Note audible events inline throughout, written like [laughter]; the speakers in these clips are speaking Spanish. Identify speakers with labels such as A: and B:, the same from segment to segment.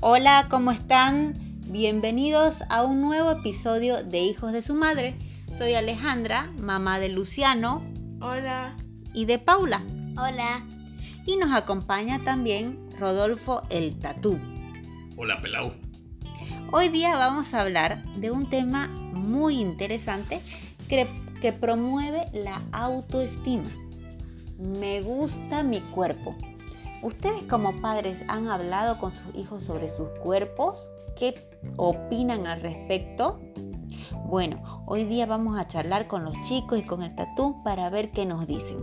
A: Hola, ¿cómo están? Bienvenidos a un nuevo episodio de Hijos de su Madre. Soy Alejandra, mamá de Luciano
B: Hola.
A: y de Paula.
C: Hola,
A: Y nos acompaña también Rodolfo el Tatú.
D: Hola, Pelau.
A: Hoy día vamos a hablar de un tema muy interesante que, que promueve la autoestima. Me gusta mi cuerpo. ¿Ustedes como padres han hablado con sus hijos sobre sus cuerpos? ¿Qué opinan al respecto? Bueno, hoy día vamos a charlar con los chicos y con el tatú para ver qué nos dicen.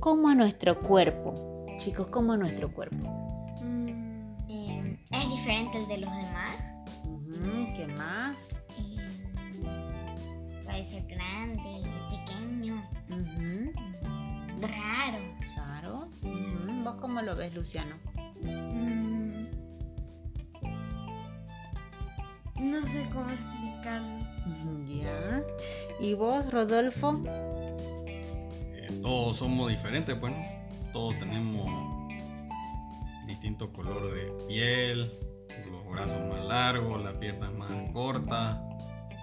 A: ¿Cómo a nuestro cuerpo? Chicos, ¿cómo a nuestro cuerpo?
B: Mm,
C: eh, es diferente al de los demás.
A: Ujú, ¿Qué más?
C: Eh, puede ser grande, pequeño,
A: Ujú.
C: raro.
A: Claro. Ujú. ¿Vos cómo lo ves, Luciano?
B: mm. No sé cómo explicarlo.
A: Ya. ¿Y vos, Rodolfo?
D: Eh, todos somos diferentes, bueno. Todos tenemos distinto color de piel, los brazos más largos, las piernas más cortas,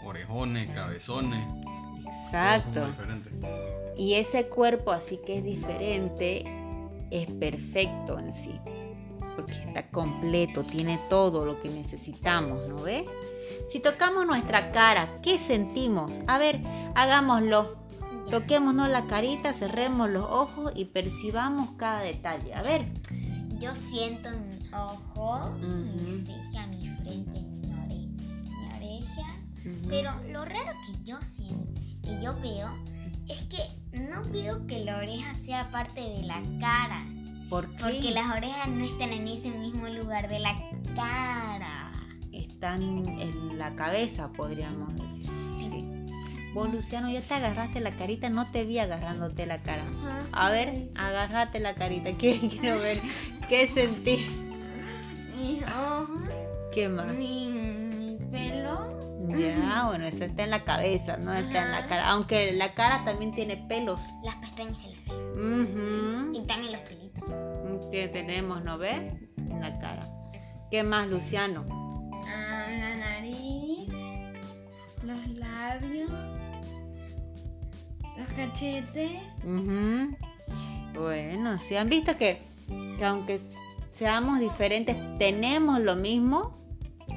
D: orejones, cabezones.
A: Exacto.
D: Todos somos diferentes.
A: Y ese cuerpo así que es diferente, es perfecto en sí. Porque está completo, tiene todo lo que necesitamos, ¿no ves? Si tocamos nuestra cara, ¿qué sentimos? A ver, hagámoslo. Toquémonos la carita, cerremos los ojos y percibamos cada detalle. A ver.
C: Yo siento mi ojo, mi ceja, mi frente, mi, ore- mi oreja. Pero lo raro que yo siento, que yo veo, es que no veo que la oreja sea parte de la cara.
A: ¿Por qué?
C: Porque las orejas no están en ese mismo lugar de la cara.
A: están en la cabeza, podríamos decir.
C: Sí.
A: Vos, Luciano, ya te agarraste la carita, no te vi agarrándote la cara.
B: Ajá.
A: A ver, agárrate la carita, [laughs] que quiero ver qué sentí.
B: Mis ojos,
A: ¿Qué más?
B: mi, mi pelo.
A: Ya, bueno, eso está en la cabeza, no está en la
B: Ajá.
A: cara. Aunque la cara también tiene pelos.
C: Las pestañas de los ojos.
A: Ujú.
C: Y también los pelitos.
A: Que tenemos, ¿no ves? En la cara. ¿Qué más, Luciano?
B: ah, la nariz. Los labios. Los cachetes.
A: Ujú. Bueno, si han visto que, que aunque seamos diferentes, tenemos lo mismo,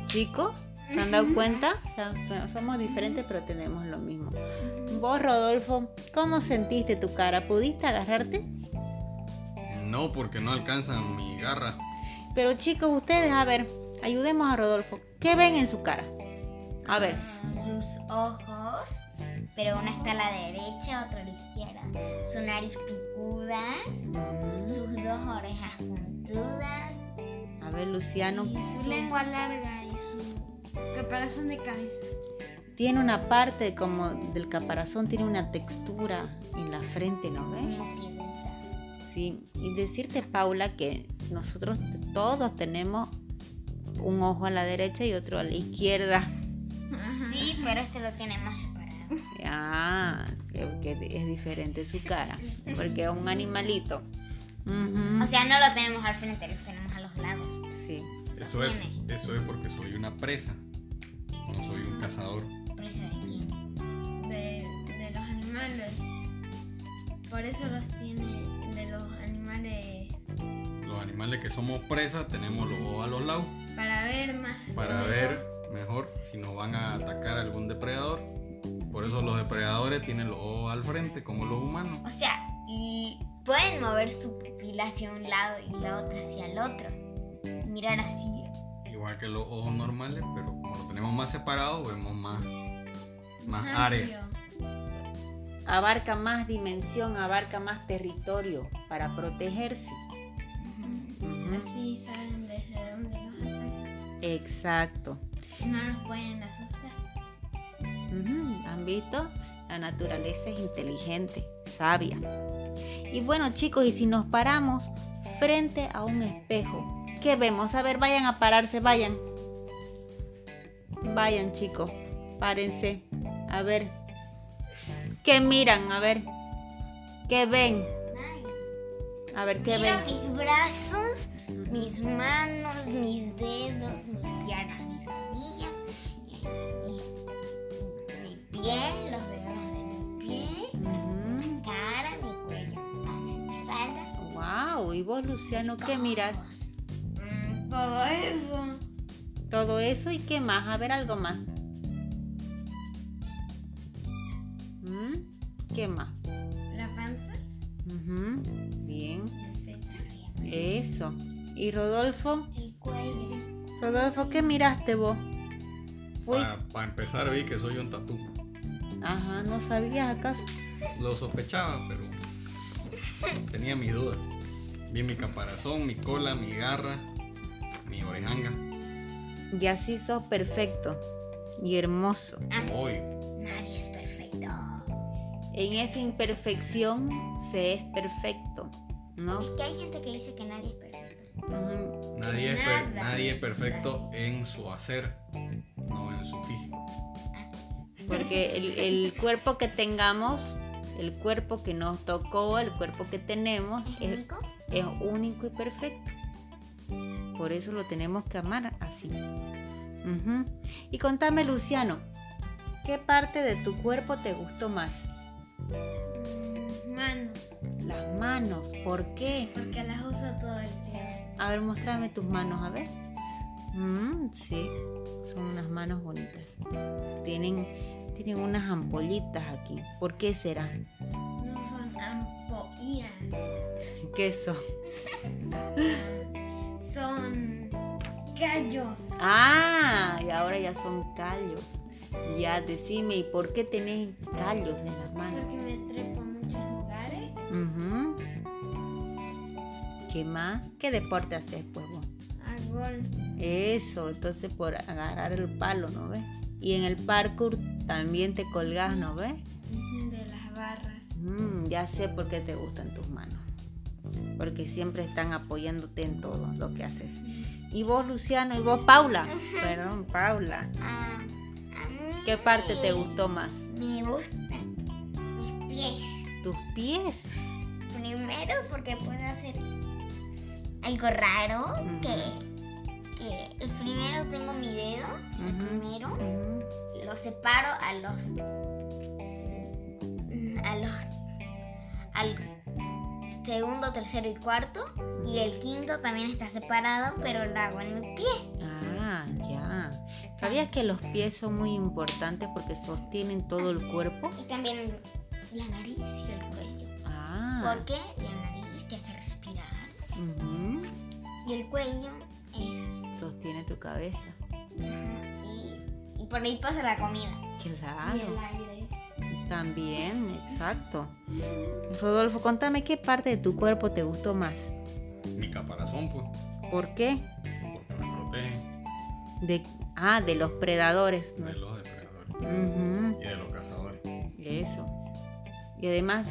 A: chicos. ¿Se han dado cuenta? O sea, so- somos diferentes, pero tenemos lo mismo. Vos, Rodolfo, ¿cómo sentiste tu cara? ¿Pudiste agarrarte?
D: No, porque no alcanzan mi garra.
A: Pero chicos, ustedes, a ver, ayudemos a Rodolfo. ¿Qué ven en su cara? A ver.
C: sus ojos, pero una está a la derecha, otra a la izquierda. Su nariz picuda,
A: Mm.
C: sus dos orejas puntudas,
A: A ver, Luciano.
B: Y su lengua larga y su caparazón de cabeza.
A: Tiene una parte como del caparazón, tiene una textura en la frente, ¿no ven?
C: como piedritas.
A: Sí, y decirte, Paula, que nosotros t- todos tenemos un ojo a la derecha y otro a la izquierda. [laughs]
C: Sí, pero esto lo tenemos separado.
A: Ah, que, que es diferente su cara, porque es un animalito. Ujú,
C: O sea, no lo tenemos al frente, lo tenemos a los lados.
A: sí.
D: Eso es, eso es porque soy una presa. No soy un cazador.
C: Por eso de aquí.
B: de, de los animales. Por eso los tiene de los animales
D: Los animales que somos presas tenemos los ojos a los lados
B: para ver más.
D: para
B: mejor.
D: ver mejor si nos van a atacar algún depredador. Por eso los depredadores tienen los ojos al frente, como los humanos.
C: O sea, y pueden mover su pupila hacia un lado y la otra hacia el otro. Mirar así.
D: Igual que los ojos normales, pero como los tenemos más separados, vemos más, más
B: Amplio.
D: área.
A: Abarca más dimensión, abarca más territorio para protegerse.
B: Ujú.
A: Ujú,
B: Así saben desde dónde los atacan.
A: Exacto.
B: No los pueden asustar.
A: Ujú, ¿Han visto? La naturaleza es inteligente, sabia. Y bueno chicos, y si nos paramos frente a un espejo, ¿qué vemos? A ver, vayan a pararse, vayan. Vayan chicos, párense. A ver. ¿Qué miran? A ver. ¿Qué ven?
C: Ay,
A: A ver, ¿qué
C: Mira
A: ven?
C: mis brazos, mis manos, mis dedos, mis piernas, mis rodillas, mi, mi piel, los dedos de mi piel,
A: Ujú.
C: cara, mi cuello, mi brazo, mi espalda.
A: Wow, ¿y vos, Luciano, qué miras?
C: ojos.
B: Mm, Todo eso.
A: Todo eso y qué más? A ver, algo más. ¿Mm? ¿Qué más?
B: La panza,
A: Ujú, Bien,
B: el pecho,
A: eso. ¿Y Rodolfo?
B: el cuello.
A: Rodolfo, ¿qué miraste vos? Fui.
D: Para empezar vi que soy un tatú.
A: Ajá, ¿no sabías acaso?
D: Lo sospechaba, pero tenía mis dudas. Vi mi caparazón, mi cola, mi garra, mi orejanga.
A: Y así sos perfecto y hermoso.
D: Hoy,
C: Ah, Nadie es perfecto.
A: En esa imperfección se es perfecto, ¿no?
C: Es que hay gente que dice que nadie es perfecto.
A: Ujú,
D: nadie es, per-
B: Nada.
D: nadie es perfecto en su hacer, no en su físico.
A: Porque el, el cuerpo que tengamos, el cuerpo que nos tocó, el cuerpo que tenemos
C: ¿Es
A: es,
C: único?
A: es único y perfecto. Por eso lo tenemos que amar así. Ujú. Y contame, Luciano, ¿qué parte de tu cuerpo te gustó más?
B: Mm, Manos,
A: Las manos, ¿por qué?
B: porque las uso todo el tiempo.
A: A ver, muéstrame tus manos, a ver. Mm, sí, son unas manos bonitas. Tienen, tienen unas ampollitas aquí. ¿Por qué será?
B: No son ampollas,
A: ¿Qué son?
B: son callos.
A: Ah, y ahora ya son callos. Ya, decime, ¿y por qué tenés callos en las manos?
B: Porque me trepo en muchos lugares.
A: Ujú. ¿Qué más? ¿Qué deporte haces, pues vos?
B: Hago el-
A: Eso, entonces por agarrar el palo, ¿no ves? Y en el parkour también te colgás, ¿no ves?
B: de las barras.
A: Mm, ya sé por qué te gustan tus manos. Porque siempre están apoyándote en todo lo que haces. Y vos, Luciano, y vos, Paula. Perdón, Paula.
C: Ah, a mí
A: ¿Qué parte te
C: me-
A: gustó más?
C: Me gustan mis pies.
A: Tus pies.
C: Primero porque puedo hacer algo raro
A: Ujú.
C: que, que el primero tengo mi dedo, el
A: Ujú.
C: primero
A: Ujú.
C: lo separo a los a los al segundo, tercero y cuarto y el quinto también está separado, pero lo hago en mi pie.
A: Ah, ya. ¿Sabías que los pies son muy importantes porque sostienen todo el cuerpo?
C: Y también la nariz y el cuello.
A: Ah.
C: Porque la nariz te hace respirar
A: ujú.
C: y el cuello es
A: Sostiene tu cabeza.
C: Ajá, Y, y por ahí pasa la comida.
B: Y el
A: Claro.
B: aire.
A: También, exacto. Rodolfo, contame qué parte de tu cuerpo te gustó más.
D: Mi caparazón, pues,
A: ¿Por qué?
D: porque me protege
A: De, ah, de los predadores. ¿no?
D: de los depredadores
A: Ujú,
D: y de los cazadores.
A: eso. Y además,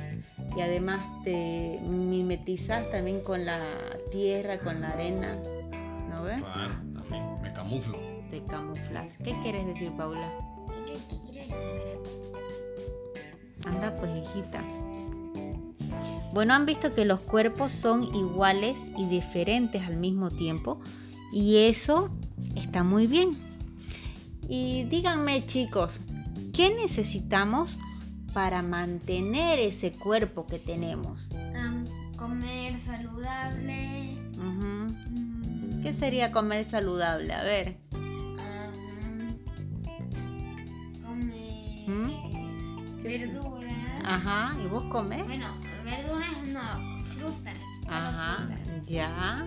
A: y además te mimetizas también con la tierra, con la arena. ¿No ves?
D: Claro, también me camuflo.
A: Te camuflas. ¿Qué quieres decir, Paula?
C: Quiero- que quiero la cámara.
A: Anda pues, hijita. Bueno, han visto que los cuerpos son iguales y diferentes al mismo tiempo y eso está muy bien. Y díganme, chicos, ¿qué necesitamos para mantener ese cuerpo que tenemos?
B: Am, comer saludable.
A: Ujú.
B: mm,
A: ¿Qué sería comer saludable? A ver.
B: am, comer verduras.
A: Ajá, ¿y vos comés?
B: Bueno, verduras no, frutas. solo
A: Ajá,
B: frutas.
A: ya.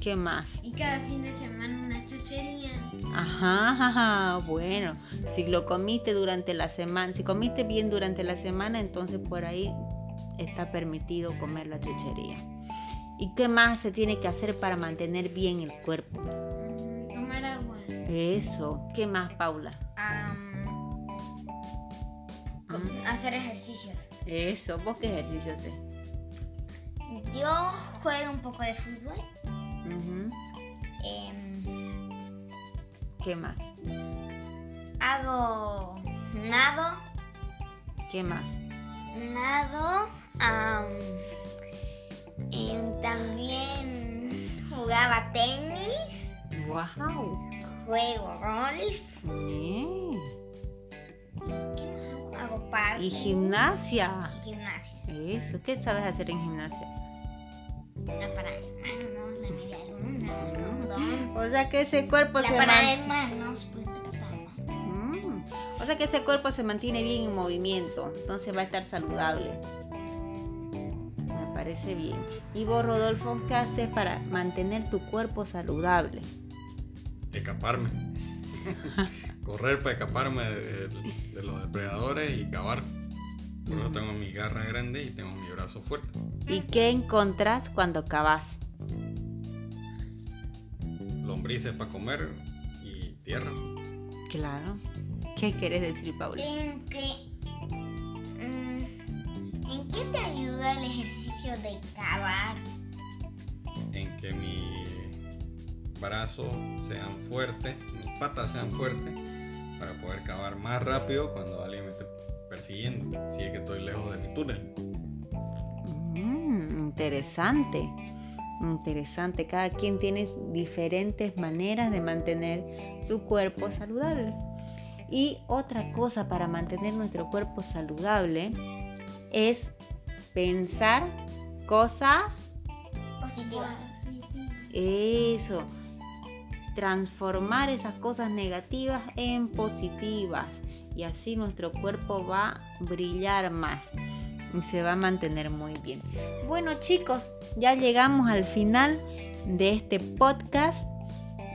A: ¿Qué más?
B: Y cada fin de semana una chuchería.
A: Ajá, ajá, bueno, si lo comiste durante la semana, si comiste bien durante la semana, entonces por ahí está permitido comer la chuchería. ¿Y qué más se tiene que hacer para mantener bien el cuerpo?
B: mm, Tomar agua.
A: Eso, ¿qué más, Paula?
C: Am, co-
B: Ah.
C: Hacer ejercicios.
A: Eso, ¿vos qué ejercicio haces?
C: Yo juego un poco de fútbol.
A: Ujú,
C: em,
A: ¿Qué más?
C: hago nado.
A: ¿Qué más?
C: Nado. am, eh, jugaba tenis,
A: ¡Wow!
C: juego golf
A: Bien.
C: y ¿qué más hago? Hago parkour
A: Y gimnasia.
C: y gimnasia.
A: Eso, ¿qué sabes hacer en gimnasia?
C: La parada de manos, la media luna, el rondón.
A: O sea que ese cuerpo
C: la
A: Ah, se
C: parada
A: man-
C: de manos, pues, patada.
A: Mm. O sea que ese cuerpo se mantiene bien en movimiento, entonces va a estar saludable. Me parece bien. Y vos, Rodolfo, ¿qué haces para mantener tu cuerpo saludable?
D: Escaparme. Correr para escaparme de, de- de los depredadores y cavar. Por eso tengo mi garra grande y tengo mi brazo fuerte.
A: ¿Y qué encontrás cuando cavas?
D: Lombrices para comer y tierra.
A: Claro. ¿Qué quieres decir, Paula?
C: ¿En qué, mm, ¿En qué te ayuda el ejercicio de cavar?
D: En que mis brazos sean fuertes, mis patas sean fuertes, para poder cavar más rápido cuando alguien me esté persiguiendo. Si es que estoy lejos de mi túnel.
A: Mm, interesante, interesante. Cada quien tiene diferentes maneras de mantener su cuerpo saludable. Y otra cosa para mantener nuestro cuerpo saludable es pensar cosas,
C: Positivas.
A: eso, transformar esas cosas negativas en positivas. Y así nuestro cuerpo va a brillar más y se va a mantener muy bien. Bueno chicos, ya llegamos al final de este podcast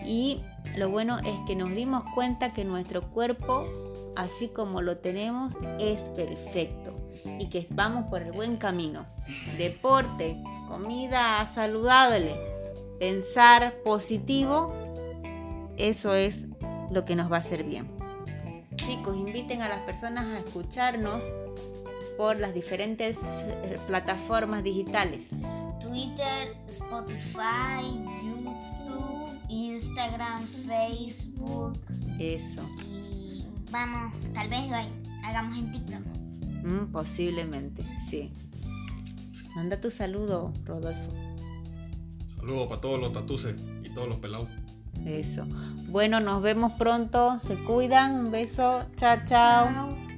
A: y lo bueno es que nos dimos cuenta que nuestro cuerpo, así como lo tenemos, es perfecto y que vamos por el buen camino. Deporte, comida saludable, pensar positivo, eso es lo que nos va a hacer bien. Chicos, inviten a las personas a escucharnos por las diferentes eh, plataformas digitales.
C: Twitter, Spotify, YouTube, Instagram, Facebook
A: Eso,
C: y vamos, tal vez lo ha- hagamos en TikTok.
A: mm, posiblemente, sí. Manda tu saludo, Rodolfo.
D: Saludos para todos los tatuces y todos los pelados.
A: Eso. Bueno, nos vemos pronto. Se cuidan. Un beso. Chao, chao.
B: Chao.